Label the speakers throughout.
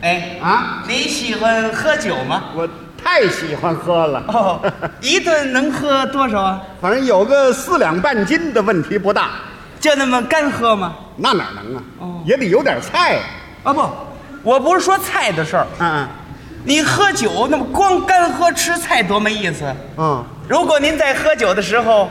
Speaker 1: 哎，
Speaker 2: 啊，
Speaker 1: 你喜欢喝酒吗？
Speaker 2: 我太喜欢喝了。
Speaker 1: 哦，一顿能喝多少啊？
Speaker 2: 反正有个四两半斤的问题不大，
Speaker 1: 就那么干喝吗？
Speaker 2: 那哪能啊？
Speaker 1: 哦
Speaker 2: 也得有点菜。
Speaker 1: 啊不，我不是说菜的事儿，
Speaker 2: 嗯
Speaker 1: 你喝酒那么光干喝吃菜多没意思。
Speaker 2: 嗯，
Speaker 1: 如果您在喝酒的时候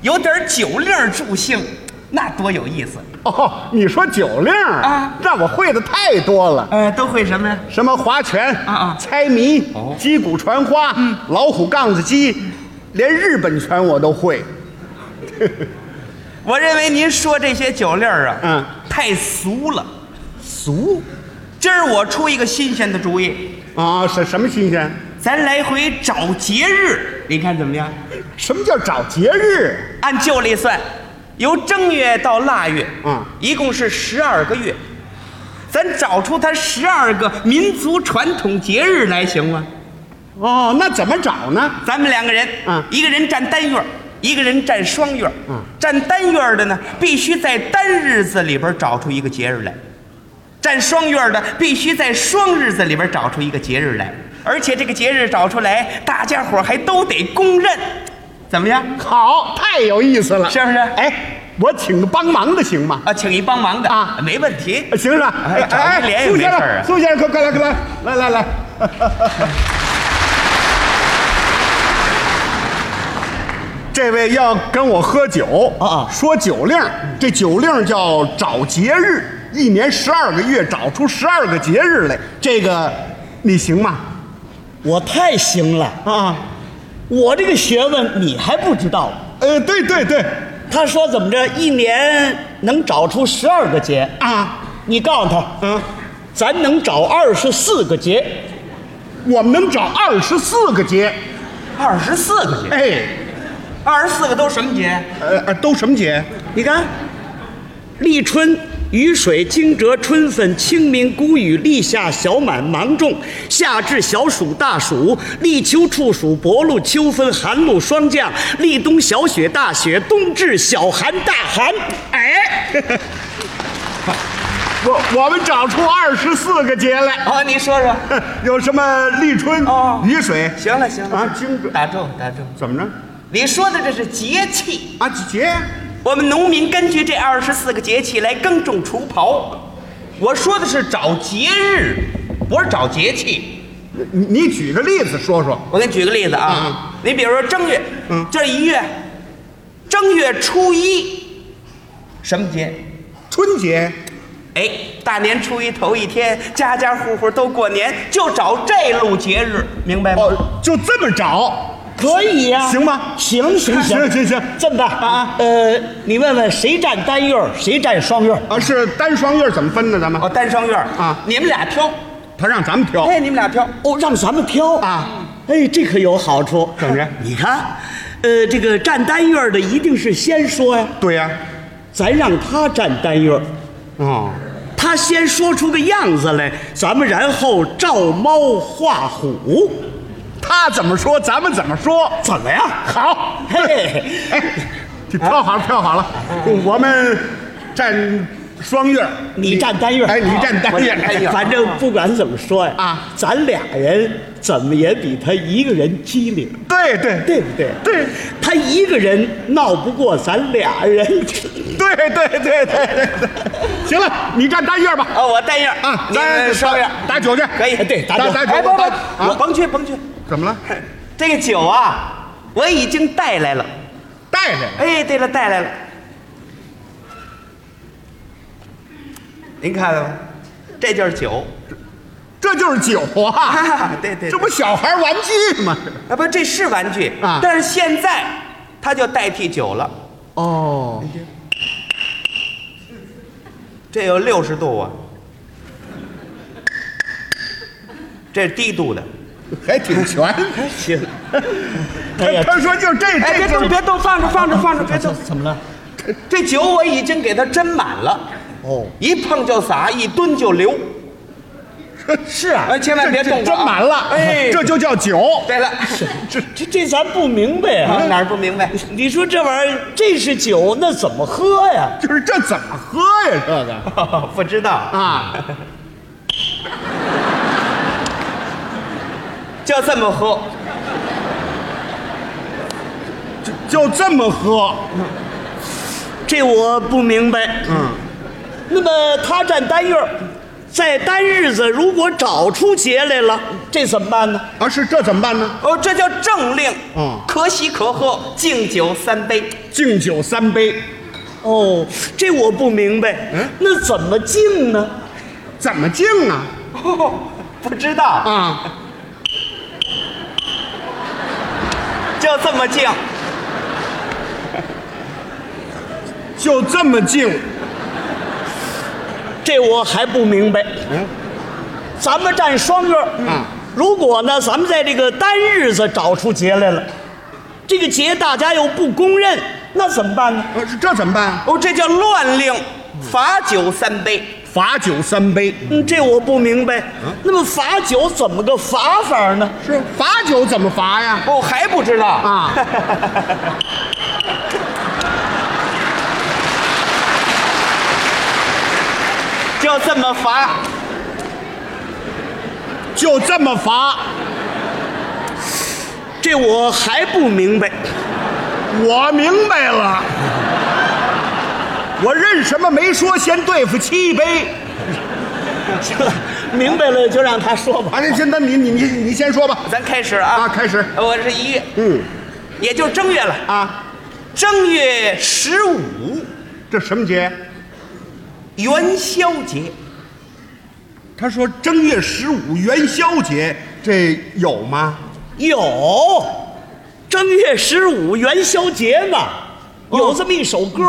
Speaker 1: 有点酒令儿助兴，那多有意思。
Speaker 2: 哦，你说酒令儿
Speaker 1: 啊
Speaker 2: 让我会的太多了。
Speaker 1: 呃，都会什么呀？
Speaker 2: 什么划拳
Speaker 1: 啊啊嗯
Speaker 2: 猜谜、击鼓传花、老虎杠子鸡，连日本拳我都会。
Speaker 1: 我认为您说这些酒令儿啊，
Speaker 2: 嗯
Speaker 1: 太俗了。
Speaker 2: 俗
Speaker 1: 今儿我出一个新鲜的主意，
Speaker 2: 啊，什什么新鲜？
Speaker 1: 咱来回找节日，你看怎么样？
Speaker 2: 什么叫找节日？
Speaker 1: 按旧历算，由正月到腊月，
Speaker 2: 嗯
Speaker 1: 一共是十二个月，咱找出它十二个民族传统节日来行吗？
Speaker 2: 哦，那怎么找呢？
Speaker 1: 咱们两个人，
Speaker 2: 嗯
Speaker 1: 一个人占单月儿，一个人占双月儿，
Speaker 2: 嗯
Speaker 1: 占单月儿的呢，必须在单日子里边儿找出一个节日来；占双月儿的，必须在双日子里边儿找出一个节日来，而且这个节日找出来，大家伙儿还都得公认，怎么样？
Speaker 2: 好，太有意思了，
Speaker 1: 是不是
Speaker 2: 哎，我请个帮忙的行吗？
Speaker 1: 啊，请一帮忙的
Speaker 2: 啊
Speaker 1: 没问题。
Speaker 2: 行是吧？
Speaker 1: 哎找人连也
Speaker 2: 苏
Speaker 1: 没
Speaker 2: 先
Speaker 1: 事儿
Speaker 2: 生，
Speaker 1: 啊
Speaker 2: 苏先生，快快来，快来，来来来，这位要跟我喝酒
Speaker 1: 啊啊
Speaker 2: 说酒令儿，这酒令儿叫找节日，一年十二个月找出十二个节日来，这个你行吗？
Speaker 3: 我太行了，
Speaker 2: 啊，
Speaker 3: 我这个学问你还不知道。
Speaker 2: 呃，对对对，
Speaker 3: 他说怎么着，一年能找出十二个节，
Speaker 2: 啊，
Speaker 3: 你告诉他，
Speaker 2: 嗯，
Speaker 3: 咱能找二十四个节，
Speaker 2: 我们能找二十四个节，
Speaker 1: 二十四个节，
Speaker 2: 哎，
Speaker 1: 二十四个都什么节？
Speaker 2: 呃呃，都什么节？
Speaker 3: 你看，立春、雨水、惊蛰、春分、清明、谷雨、立夏、小满、芒种、夏至、小暑、大暑、立秋、处暑、薄露、秋分、寒露、霜降、立冬、小雪、大雪、冬至、小寒、大寒。哎，
Speaker 2: 我我们找出二十四个节来。
Speaker 1: 啊，你说说。
Speaker 2: 有什么立春、
Speaker 1: 哦
Speaker 2: 雨水？
Speaker 1: 行了行了
Speaker 2: 啊，惊蛰
Speaker 1: 打住打住，
Speaker 2: 怎么着？
Speaker 1: 你说的这是节气。
Speaker 2: 啊，节
Speaker 1: 我们农民根据这二十四个节气来耕种除刨。我说的是找节日，不是找节气。
Speaker 2: 你你举个例子说说。
Speaker 1: 我给你举个例子啊，你比如说正月，
Speaker 2: 嗯
Speaker 1: 这一月，正月初一，什么节？
Speaker 2: 春节
Speaker 1: 哎，大年初一头一天，家家户户都过年，就找这路节日，明白吗？
Speaker 2: 哦，就这么找，
Speaker 3: 可以呀、
Speaker 2: 行吗
Speaker 3: 行行
Speaker 2: 行行行
Speaker 3: 这么办
Speaker 2: 啊
Speaker 3: 呃，你问问谁占单月儿，谁占双月儿？
Speaker 2: 啊？是单双月怎么分的？咱们
Speaker 1: 哦，单双月
Speaker 2: 啊
Speaker 1: 你们俩挑，
Speaker 2: 他让咱们挑。
Speaker 1: 哎，你们俩挑。
Speaker 3: 哦，让咱们挑
Speaker 2: 啊！
Speaker 3: 哎，这可有好处。
Speaker 2: 怎么着
Speaker 3: 你看，呃，这个占单月儿的一定是先说呀，
Speaker 2: 对呀，
Speaker 3: 咱让他占单月儿，
Speaker 2: 哦，
Speaker 3: 他先说出个样子来，咱们然后照猫画虎，
Speaker 2: 他怎么说，咱们怎么说？
Speaker 3: 怎 么样？
Speaker 2: 好，
Speaker 3: 嘿啊
Speaker 2: 哎，你挑好了，挑好了，我们占双月，
Speaker 3: 你占单月儿哎
Speaker 2: 哎，你占
Speaker 1: 我
Speaker 2: 单月，
Speaker 1: 占单月
Speaker 3: 反正不管怎么说呀，
Speaker 2: 啊
Speaker 3: 咱俩人怎么也比他一个人机灵，
Speaker 2: 对对
Speaker 3: 对不对？
Speaker 2: 对，
Speaker 3: 他一个人闹不过咱俩人。
Speaker 2: 对对对对对对，行了，你占单月吧。
Speaker 1: 哦，我单月
Speaker 2: 啊，
Speaker 1: 你
Speaker 2: 咱
Speaker 1: 们双月
Speaker 2: 打酒去，
Speaker 1: 可以
Speaker 3: 哎。对打
Speaker 2: 打
Speaker 3: 酒
Speaker 2: 打酒，
Speaker 1: 哎，不
Speaker 2: 打
Speaker 1: 不，我
Speaker 2: 啊，
Speaker 1: 甭去甭去，
Speaker 2: 怎么了？
Speaker 1: 这个酒啊，我已经带来了。
Speaker 2: 带来了，
Speaker 1: 哎，对了，带来了。您看了吗？这就是酒
Speaker 2: 这就是酒 啊！
Speaker 1: 啊！对对，
Speaker 2: 这不小孩玩具吗？
Speaker 1: 啊不，这是玩具
Speaker 2: 啊
Speaker 1: 但是现在它就代替酒了。
Speaker 2: 哦，
Speaker 1: 这有六十度啊，这是低度的。
Speaker 2: 还 挺全。
Speaker 3: 行， 哎
Speaker 2: 他
Speaker 3: 呀，
Speaker 2: 他说就这
Speaker 1: 哎，
Speaker 2: 这
Speaker 1: 别动，
Speaker 2: 这，
Speaker 1: 别动，放着，放着，放着，别动。
Speaker 3: 怎么了？
Speaker 1: 这酒我已经给它斟满了，
Speaker 3: 哦，
Speaker 1: 一碰就洒，一蹲就流。
Speaker 3: 是啊，
Speaker 1: 哎，千万别动、啊，
Speaker 2: 斟满了，
Speaker 1: 哎，
Speaker 2: 这就叫酒。
Speaker 1: 对了，
Speaker 3: 这这咱不明白啊！
Speaker 1: 啊哪儿不明白？
Speaker 3: 你说这玩意儿，这是酒，那怎么喝呀？
Speaker 2: 就是这怎么喝呀？这个
Speaker 1: 不知道。
Speaker 2: 啊，
Speaker 1: 就这么喝。
Speaker 2: 就这么喝，
Speaker 3: 这我不明白。嗯，那么他占单月儿，在单日子如果找出节来了，这怎么办呢？
Speaker 2: 啊，是这怎么办呢？
Speaker 1: 哦，这叫政令。
Speaker 2: 嗯
Speaker 1: 可喜可喝，敬酒三杯。
Speaker 2: 敬酒三杯，
Speaker 3: 哦，这我不明白。
Speaker 2: 嗯，
Speaker 3: 那怎么敬呢？
Speaker 2: 怎么敬啊？
Speaker 1: 哦， 不知道，
Speaker 2: 啊，
Speaker 1: 就这么敬。
Speaker 2: 就这么敬，
Speaker 3: 这我还不明白。
Speaker 2: 嗯，
Speaker 3: 咱们占双月
Speaker 2: 嗯
Speaker 3: 啊。如果呢，咱们在这个单日子找出节来了，这个节大家又不公认，那怎么办呢？
Speaker 2: 啊，是这怎么办？
Speaker 1: 哦，这叫乱令，罚酒三杯。
Speaker 2: 罚酒三杯，
Speaker 3: 嗯，这我不明白。
Speaker 2: 嗯
Speaker 3: 那么罚酒怎么个罚法呢？
Speaker 2: 是罚酒怎么罚呀？
Speaker 1: 哦，还不知道啊？
Speaker 2: 啊，
Speaker 1: 就这么罚。
Speaker 2: 就这么罚，
Speaker 3: 这我还不明白。
Speaker 2: 我明白了， 我认什么没说，先对付七杯。
Speaker 3: 行了，明白了就让他说吧。
Speaker 2: 啊，那现在你你你你先说吧。
Speaker 1: 咱开始啊！
Speaker 2: 啊开始
Speaker 1: 我是一月，
Speaker 2: 嗯，
Speaker 1: 也就正月了。
Speaker 2: 啊，
Speaker 1: 正月十五，
Speaker 2: 这什么节？
Speaker 1: 元宵节。
Speaker 2: 他说正月十五元宵节，这有吗？
Speaker 3: 有，正月十五元宵节嘛，有这么一首歌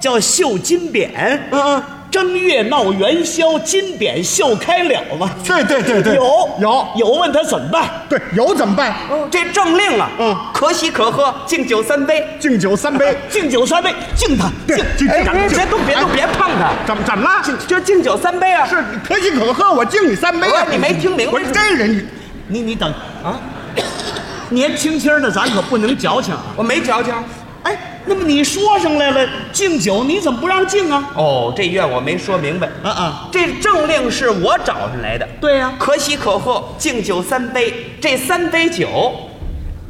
Speaker 3: 叫《绣金匾》。
Speaker 2: 哦嗯嗯
Speaker 3: 正月闹元宵，金匾绣开了嘛。
Speaker 2: 对对对对，
Speaker 3: 有
Speaker 2: 有
Speaker 3: 有，问他怎么办？
Speaker 2: 对有怎么办？
Speaker 1: 这政令啊，
Speaker 2: 嗯
Speaker 1: 可喜可喝，敬酒三杯。
Speaker 2: 敬酒三杯。
Speaker 3: 敬酒三杯，敬他，
Speaker 2: 对
Speaker 3: 敬
Speaker 2: 哎敬
Speaker 1: 哎，
Speaker 2: 敬
Speaker 1: 别动，别动，别碰他，
Speaker 2: 怎么怎么了？
Speaker 1: 就敬酒三杯啊！
Speaker 2: 是可喜可贺，我敬你三杯啊！
Speaker 1: 不是你没听明白
Speaker 2: 我说这人你
Speaker 3: 你你等啊，年轻轻的，咱可不能矫情啊。
Speaker 1: 我没瞧瞧。
Speaker 3: 哎，那么你说上来了，敬酒你怎么不让敬啊？
Speaker 1: 哦，这愿我没说明白。
Speaker 3: 啊啊，
Speaker 1: 这政令是我找上来的。
Speaker 3: 对呀
Speaker 1: 可喜可贺，敬酒三杯。这三杯酒，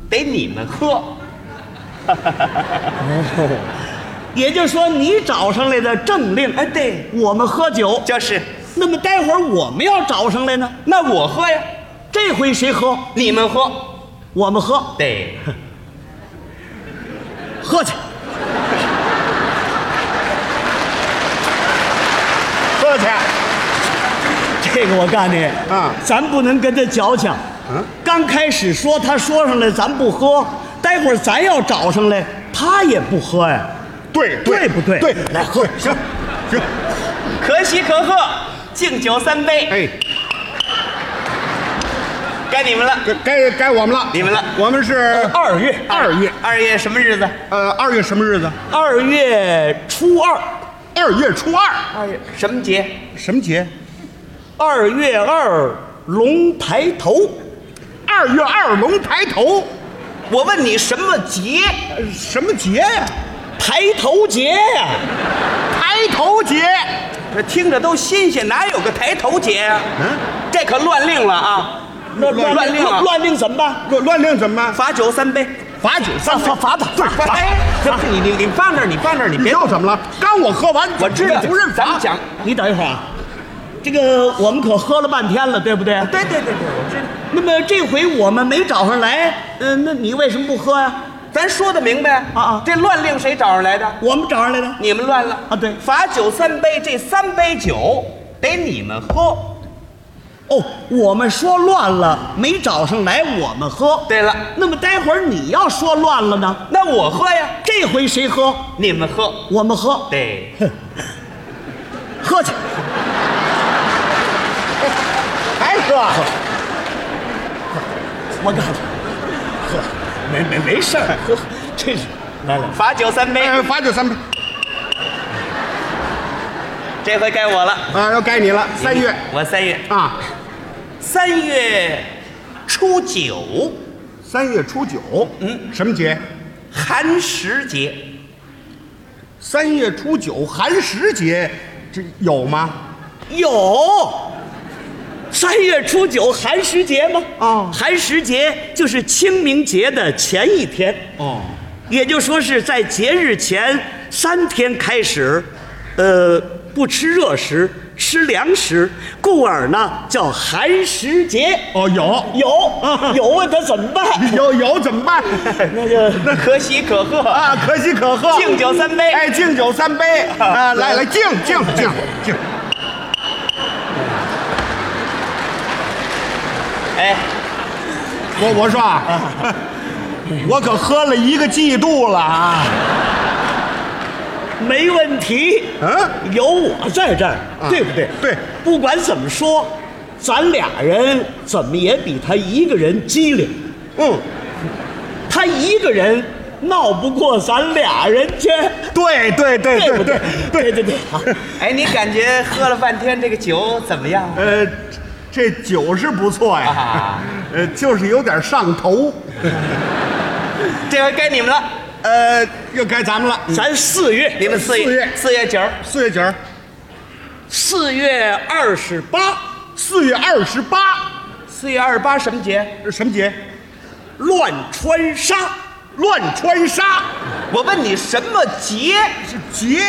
Speaker 1: 得你们喝。
Speaker 3: 也就是说你找上来的政令，
Speaker 1: 哎，对，
Speaker 3: 我们喝酒。
Speaker 1: 就是。
Speaker 3: 那么待会儿我们要找上来呢，
Speaker 1: 那我喝呀，
Speaker 3: 这回谁喝？
Speaker 1: 你们喝。
Speaker 3: 我们喝，
Speaker 1: 对，
Speaker 3: 喝去。
Speaker 2: 喝去。啊
Speaker 3: 这个我告诉你，
Speaker 2: 嗯
Speaker 3: 咱不能跟他矫情。
Speaker 2: 嗯，
Speaker 3: 刚开始说他说上来咱不喝，待会儿咱要找上来他也不喝呀。
Speaker 2: 对
Speaker 3: 对不对
Speaker 2: 对，来喝，行行，
Speaker 1: 可喜可贺，敬酒三杯。
Speaker 2: 哎，
Speaker 1: 该你们了。
Speaker 2: 该该该我们了，
Speaker 1: 你们了
Speaker 2: 我们是
Speaker 3: 二月
Speaker 2: 二月，
Speaker 1: 二月什么日子？
Speaker 2: 呃，二月什么日子？
Speaker 3: 二月初二，
Speaker 2: 二月初二，
Speaker 1: 二月什么节？
Speaker 2: 什么节？
Speaker 3: 二月二龙抬头，
Speaker 2: 二月二龙抬头，
Speaker 1: 我问你什么节？
Speaker 2: 呃什么节呀？
Speaker 3: 哎抬头节呀、
Speaker 2: 抬头节。
Speaker 1: 这听着都新鲜，哪有个抬头节呀、
Speaker 2: 嗯，
Speaker 1: 这可乱令了啊！
Speaker 3: 那
Speaker 1: 乱
Speaker 3: 乱
Speaker 1: 令啊
Speaker 3: 乱令怎么办？
Speaker 2: 乱乱令怎么办？
Speaker 1: 罚酒三杯。
Speaker 2: 罚酒
Speaker 3: 罚罚罚他，罚
Speaker 1: 罚哎，这不你你你放这儿，你放这儿，你
Speaker 2: 你
Speaker 1: 别
Speaker 2: 又
Speaker 1: 动。
Speaker 2: 怎么了？刚我喝完，
Speaker 1: 我知道，
Speaker 2: 不认
Speaker 1: 咱
Speaker 2: 罚
Speaker 1: 们。讲，
Speaker 3: 你等一会儿啊，这个我们可喝了半天了，对不对？
Speaker 1: 对对对对，我知道。
Speaker 3: 那么这回我们没找上来，嗯、那你为什么不喝啊呀、
Speaker 1: 咱说的明白
Speaker 3: 啊啊
Speaker 1: 这乱令谁找上来的？
Speaker 3: 我们找上来的，
Speaker 1: 你们乱了
Speaker 3: 啊对
Speaker 1: 罚酒三杯，这三杯酒得你们喝。
Speaker 3: 哦，我们说乱了，没找上来，我们喝。
Speaker 1: 对了
Speaker 3: 那么待会儿你要说乱了呢，
Speaker 1: 那我喝呀，
Speaker 3: 这回谁喝？
Speaker 1: 你们喝。
Speaker 3: 我们喝，
Speaker 1: 对，
Speaker 3: 喝去。
Speaker 2: 还喝？
Speaker 1: 哎
Speaker 3: 我告诉你，喝，没没没事儿，喝，这是来来，
Speaker 1: 罚酒三杯，
Speaker 2: 呃，罚酒三杯。
Speaker 1: 这回该我了。
Speaker 2: 啊，要该你了。三月
Speaker 1: 我三月，
Speaker 2: 啊，
Speaker 1: 三月初九，
Speaker 2: 三月初九，嗯，什么节？
Speaker 1: 寒食节。
Speaker 2: 三月初九寒食节，这有吗？
Speaker 3: 有，三月初九寒食节吗？
Speaker 2: 哦
Speaker 3: 寒食节就是清明节的前一天，
Speaker 2: 哦，
Speaker 3: 也就说是在节日前三天开始，呃，不吃热食，吃凉食，故而呢叫寒食节。
Speaker 2: 哦，有
Speaker 1: 哦
Speaker 3: 有有问他怎 么办？
Speaker 2: 有有怎么办？
Speaker 3: 那就
Speaker 1: 那可喜可贺啊！
Speaker 2: 啊，可喜可贺，
Speaker 1: 敬酒三杯
Speaker 2: 哎，敬酒三杯啊，来来敬敬敬敬，
Speaker 1: 哎，
Speaker 2: 我我说啊，我可喝了一个季度了啊，
Speaker 3: 没问题。
Speaker 2: 嗯，
Speaker 3: 有我在这儿，对不啊对？
Speaker 2: 对，
Speaker 3: 不管怎么说，咱俩人怎么也比他一个人机灵。
Speaker 2: 嗯，
Speaker 3: 他一个人闹不过咱俩人去，
Speaker 2: 对对对
Speaker 3: 对不
Speaker 2: 对对，
Speaker 3: 对嗯对对。好
Speaker 1: 哎，你感觉喝了半天这个酒怎么样？
Speaker 2: 呃，这酒是不错呀
Speaker 1: 啊，
Speaker 2: 呃，就是有点上头，
Speaker 1: 这回该你们了，
Speaker 2: 呃，又该咱们了，
Speaker 3: 咱四
Speaker 1: 你
Speaker 3: 月，
Speaker 1: 们四
Speaker 2: 四月
Speaker 1: 四月九儿，
Speaker 2: 四月几儿？
Speaker 3: 四月二十八，
Speaker 2: 四月二十八，
Speaker 1: 四月二十八什么节？
Speaker 2: 什么节？
Speaker 3: 乱穿纱，
Speaker 2: 乱穿纱
Speaker 1: 我问你什么节？
Speaker 2: 是节，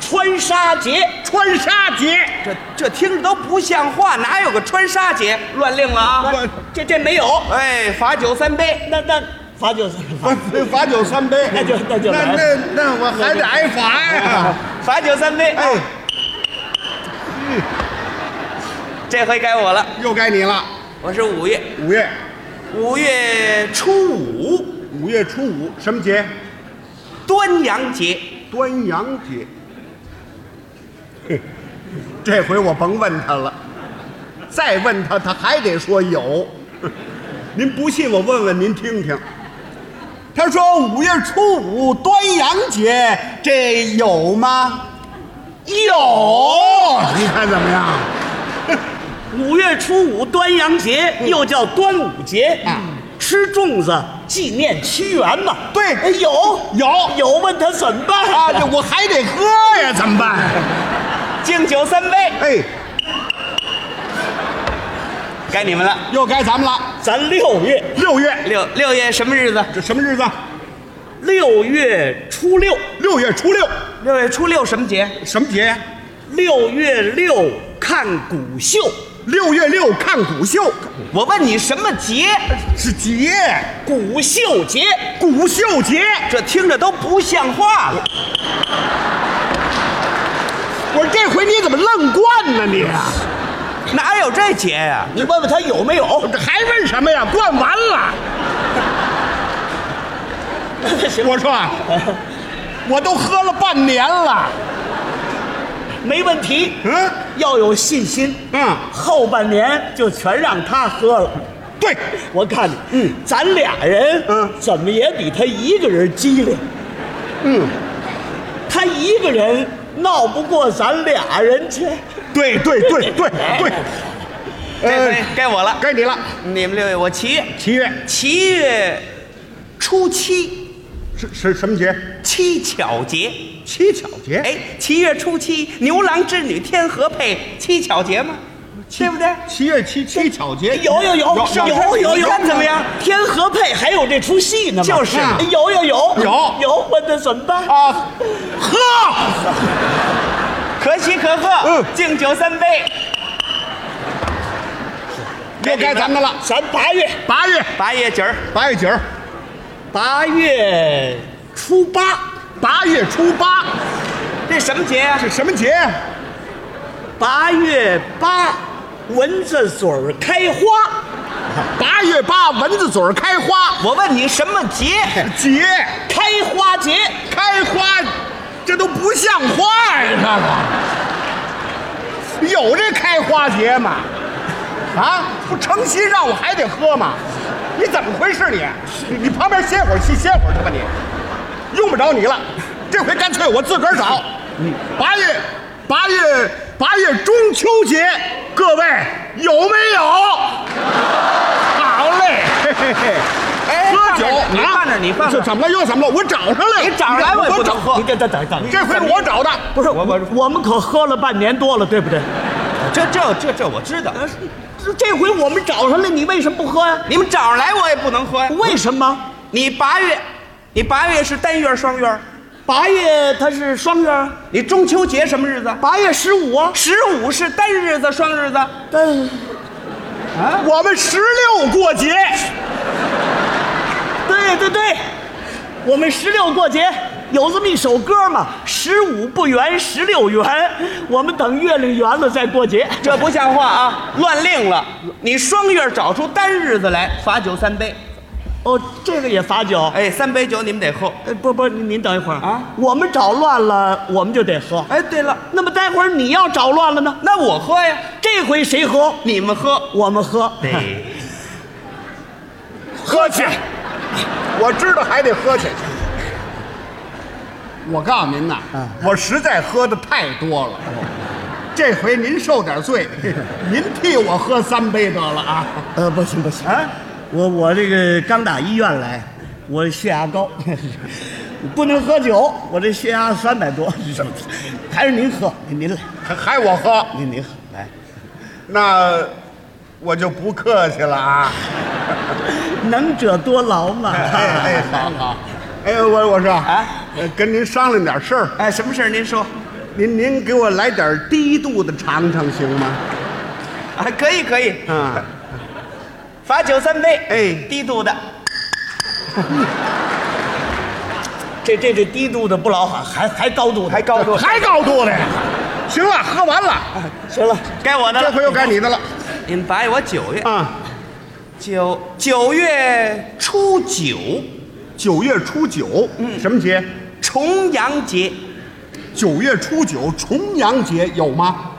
Speaker 3: 穿纱节，
Speaker 2: 穿纱节。
Speaker 1: 这这听着都不像话，哪有个穿纱节？乱令了啊！
Speaker 2: 我
Speaker 3: 这这没有，
Speaker 1: 哎，罚酒三杯。
Speaker 3: 那那罚酒三
Speaker 2: 罚罚酒三杯，
Speaker 3: 那就那就
Speaker 2: 那
Speaker 3: 来
Speaker 2: 那那我还得挨罚呀！
Speaker 1: 罚酒三杯，
Speaker 2: 哎，
Speaker 1: 这回该我了。
Speaker 2: 又该你了。
Speaker 1: 我是五月，
Speaker 2: 五月，
Speaker 1: 五月初五，
Speaker 2: 五月初五什么节？
Speaker 1: 端阳节。
Speaker 2: 端阳节。嘿 这回我甭问他了，再问他他还得说有。 您不信我问问您听听。他说五月初五端阳节，这有吗？有， 你看怎么样？
Speaker 3: 五月初五端阳节，
Speaker 1: 嗯
Speaker 3: 又叫端午节，
Speaker 1: 啊
Speaker 3: 吃粽子纪念屈原嘛。
Speaker 2: 对
Speaker 3: 哎有
Speaker 2: 有
Speaker 3: 有，问他怎么办
Speaker 2: 啊，这我还得喝呀，怎么办？
Speaker 1: 敬酒三杯，
Speaker 2: 哎，
Speaker 1: 该你们了。
Speaker 2: 又该咱们了。
Speaker 3: 咱六月
Speaker 2: 六月
Speaker 1: 六六月什么日子？
Speaker 2: 这什么日子？
Speaker 3: 六月初六，
Speaker 2: 六月初六，
Speaker 1: 六月初六什么节？
Speaker 2: 什么节呀？
Speaker 3: 六月六看古秀，
Speaker 2: 六月六看古秀，
Speaker 1: 我问你什么节？
Speaker 2: 是节，
Speaker 3: 古秀节，
Speaker 2: 古秀节。
Speaker 1: 这听着都不像话了。
Speaker 2: 我说这回你怎么愣灌呢你？啊
Speaker 1: 哪有这节呀、
Speaker 3: 你问问他有没有？
Speaker 2: 这还问什么呀？灌完 了。我说啊，我都喝了半年了。
Speaker 3: 没问题，
Speaker 2: 嗯
Speaker 3: 要有信心。
Speaker 2: 嗯，
Speaker 3: 后半年就全让他喝了。
Speaker 2: 对，
Speaker 3: 我看你，嗯，咱俩人，
Speaker 2: 嗯
Speaker 3: 怎么也比他一个人机灵。
Speaker 2: 嗯，
Speaker 3: 他一个人闹不过咱俩人去。
Speaker 2: 对对 对对对，
Speaker 1: 这
Speaker 2: 哎
Speaker 1: 回该我了。
Speaker 2: 该你了。
Speaker 1: 你们六月，我七月，
Speaker 2: 七月
Speaker 1: 七月初七，
Speaker 2: 是是什么节？
Speaker 1: 七巧节。
Speaker 2: 七巧节。
Speaker 1: 哎，七月初七，牛郎织女天河配，七巧节吗？对不对？
Speaker 2: 七月七七巧节
Speaker 3: 哎有有有
Speaker 2: 有
Speaker 1: 不是
Speaker 3: 有有
Speaker 1: 你
Speaker 3: 有，
Speaker 1: 看怎么样？
Speaker 3: 天河配还有这出戏呢吗？
Speaker 1: 就是
Speaker 3: 哎有有有
Speaker 2: 有
Speaker 3: 有，问他怎么办？
Speaker 2: 啊，喝，
Speaker 1: 可喜可贺，
Speaker 2: 嗯
Speaker 1: 敬酒三杯。
Speaker 2: 又该咱们了。
Speaker 3: 咱八月
Speaker 2: 八月
Speaker 1: 八月九儿，
Speaker 2: 八月九儿，
Speaker 3: 八月初八，
Speaker 2: 八月初八
Speaker 1: 这什么节呀、
Speaker 2: 是什么节？
Speaker 3: 八月八，蚊子嘴儿开花，
Speaker 2: 八月八，蚊子嘴儿开花
Speaker 1: 我问你什么节？
Speaker 2: 节，
Speaker 3: 开花节。
Speaker 2: 开花，这都不像话呀！这个有这开花节吗？啊，不诚心让我还得喝吗？你怎么回事你？你你旁边歇会儿去，歇会儿去吧你，用不着你了，这回干脆我自个儿找。嗯八月，八月，八月中秋节，各位有没有？好嘞，嘿嘿嘿。
Speaker 1: 哎
Speaker 2: 喝酒
Speaker 1: 放这儿你放这儿你放这
Speaker 2: 这
Speaker 1: 儿
Speaker 2: 怎么了？又怎么了？我找上来了。
Speaker 1: 你找上来我也不能喝
Speaker 3: 你等等等等，
Speaker 2: 这回是我找的，
Speaker 3: 不是我我们可喝了半年多了，对不对？
Speaker 1: 这这这这我知道，
Speaker 3: 呃这这回我们找上了，你为什么不喝呀、
Speaker 1: 你们找上来我也不能喝呀。
Speaker 3: 为什么？
Speaker 1: 你八月，你八月是单月儿双月儿？
Speaker 3: 八月它是双月儿，
Speaker 1: 你中秋节什么日子？
Speaker 3: 八月十五啊。
Speaker 1: 十五是单日子双日子？
Speaker 3: 但
Speaker 2: 我们十六过节，
Speaker 3: 对对对，我们十六过节有这么一首歌嘛，十五不圆，十六圆，我们等月亮圆了再过节。
Speaker 1: 这不像话啊！乱令了！你双月找出单日子来，罚酒三杯。
Speaker 3: 哦，这个也罚酒。
Speaker 1: 哎，三杯酒你们得喝。
Speaker 3: 呃，不不，您您等一会儿
Speaker 1: 啊
Speaker 3: 我们找乱了，我们就得喝。
Speaker 1: 哎，对了，
Speaker 3: 那么待会儿你要找乱了呢，
Speaker 1: 那我喝呀，
Speaker 3: 这回谁喝？
Speaker 1: 你们喝。
Speaker 3: 我们喝。
Speaker 1: 对，
Speaker 2: 喝去。我知道还得喝去。我告诉您呐，我实在喝的太多了，这回您受点 罪，您替我喝三杯得了啊！
Speaker 3: 呃，不行不行，啊，我我这个刚打医院来，我血压高， 不能喝酒，我这血压三百多， 还是您喝，您来，
Speaker 2: 还还我喝，
Speaker 3: 您您喝来。
Speaker 2: 那我就不客气了啊！
Speaker 3: 能者多劳 嘛。
Speaker 2: 哎哎，好好。哎，我我说
Speaker 1: 啊
Speaker 2: 啊，呃跟您商量点事儿，
Speaker 1: 哎，什么事儿您说？
Speaker 2: 您您给我来点低度的尝尝行吗？
Speaker 1: 啊，可以可以，
Speaker 2: 啊，
Speaker 1: 罚酒三杯。
Speaker 2: 哎
Speaker 1: 低度的，
Speaker 3: 这这这低度的不老好，还还高度的，
Speaker 1: 还高度。
Speaker 2: 还高度的呀？行了，喝完了，
Speaker 3: 行了，
Speaker 1: 该我的
Speaker 2: 这
Speaker 1: 了
Speaker 2: 回，又该你的了
Speaker 1: 你们罚我九月
Speaker 2: 啊！
Speaker 1: 九九月初九，
Speaker 2: 九月初九，什么节？
Speaker 1: 重阳节。
Speaker 2: 九月初九，重阳节有吗？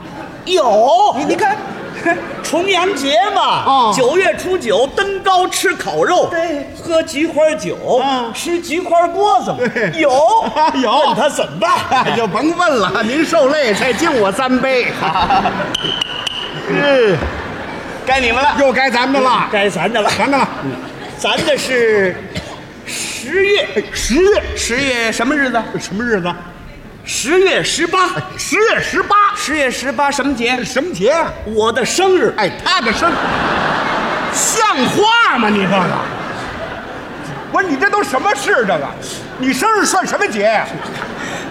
Speaker 3: 有
Speaker 1: 你你看，
Speaker 3: 重阳节嘛
Speaker 2: 哦，
Speaker 3: 九、月初九登高吃烤肉，
Speaker 2: 对，
Speaker 3: 喝菊花酒，
Speaker 2: 嗯
Speaker 3: 吃菊花锅子嘛，
Speaker 2: 对
Speaker 3: 有
Speaker 2: 有
Speaker 3: 问他怎 么办？
Speaker 2: 哎就甭问了，您受累，再敬我三杯。嗯，
Speaker 1: 该你们了。
Speaker 2: 又该咱们的了，
Speaker 3: 该咱的了，
Speaker 2: 咱的了。嗯
Speaker 3: 咱的是十月
Speaker 2: 哎十月
Speaker 1: 十月什么日子？
Speaker 2: 什么日子？哎
Speaker 3: 十月十八，
Speaker 2: 十月十八，
Speaker 1: 十月十八什么节？
Speaker 2: 什么节？
Speaker 3: 我的生日，
Speaker 2: 哎，他的生，像话吗？你这个，我说你这都什么事？这个，你生日算什么节呀？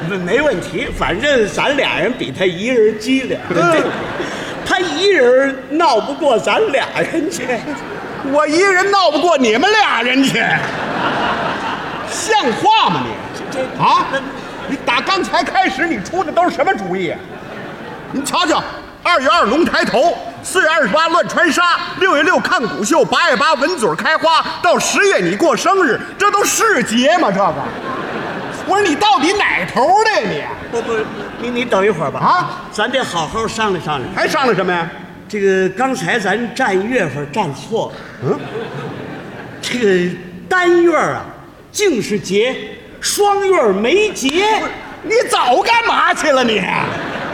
Speaker 3: 没没问题，反正咱俩人比他一人机灵，
Speaker 2: 嗯
Speaker 3: 对他一人闹不过咱俩人去。
Speaker 2: 我一个人闹不过你们俩人去，像话吗你？啊，你打刚才开始你出的都是什么主意、啊？您瞧瞧，二月二龙抬头，四月二十八乱穿纱，六月六看骨秀，八月八闻嘴开花，到十月你过生日，这都是节吗？这个，我说你到底哪头的呀你？
Speaker 3: 不不，你你等一会儿吧
Speaker 2: 啊，
Speaker 3: 咱得好好商量商量。
Speaker 2: 还商量什么呀？
Speaker 3: 这个刚才咱站月份站错了，嗯，这个单月啊，竟是节，双月没节，
Speaker 2: 你早干嘛去了你？啊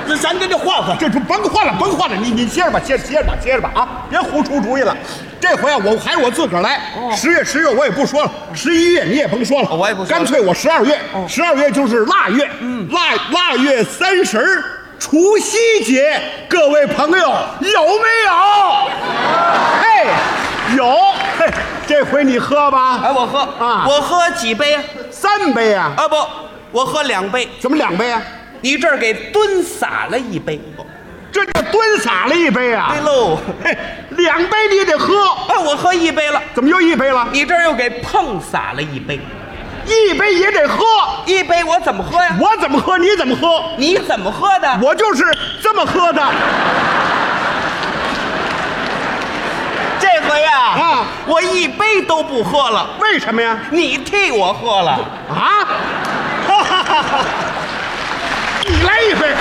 Speaker 3: 那咱跟这换换。
Speaker 2: 这这甭换了，甭换了，你你接着吧，接着接着吧，接着吧啊！别胡出主意了。这回啊，我还是我自个儿来。十月、十月我也不说了，十一月你也甭说了，
Speaker 1: 哦我也不说了哦嗯
Speaker 2: 干脆我十二月，十二月就是腊月，腊腊月三十儿除夕节，各位朋友有没
Speaker 1: 哦
Speaker 2: 有？嘿，有，嘿，这回你喝吧，
Speaker 1: 哎，我喝
Speaker 2: 啊
Speaker 1: 我喝几杯啊？
Speaker 2: 三杯啊？
Speaker 1: 啊不，我喝两杯。
Speaker 2: 怎么两杯啊？
Speaker 1: 你这儿给蹲洒了一杯。哎
Speaker 2: 这就蹲洒了一杯啊
Speaker 1: 对？喽，
Speaker 2: 嘿，两杯你也得喝，
Speaker 1: 哎，我喝一杯了，
Speaker 2: 怎么又一杯了？
Speaker 1: 你这儿又给碰洒了一杯。
Speaker 2: 一杯也得喝，
Speaker 1: 一杯我怎么喝呀？
Speaker 2: 我怎么喝你怎么喝，
Speaker 1: 你怎么喝的？
Speaker 2: 我就是这么喝的
Speaker 1: 这回呀，
Speaker 2: 啊
Speaker 1: 我一杯都不喝了，
Speaker 2: 为什么呀？
Speaker 1: 你替我喝了。
Speaker 2: 啊？你来一杯。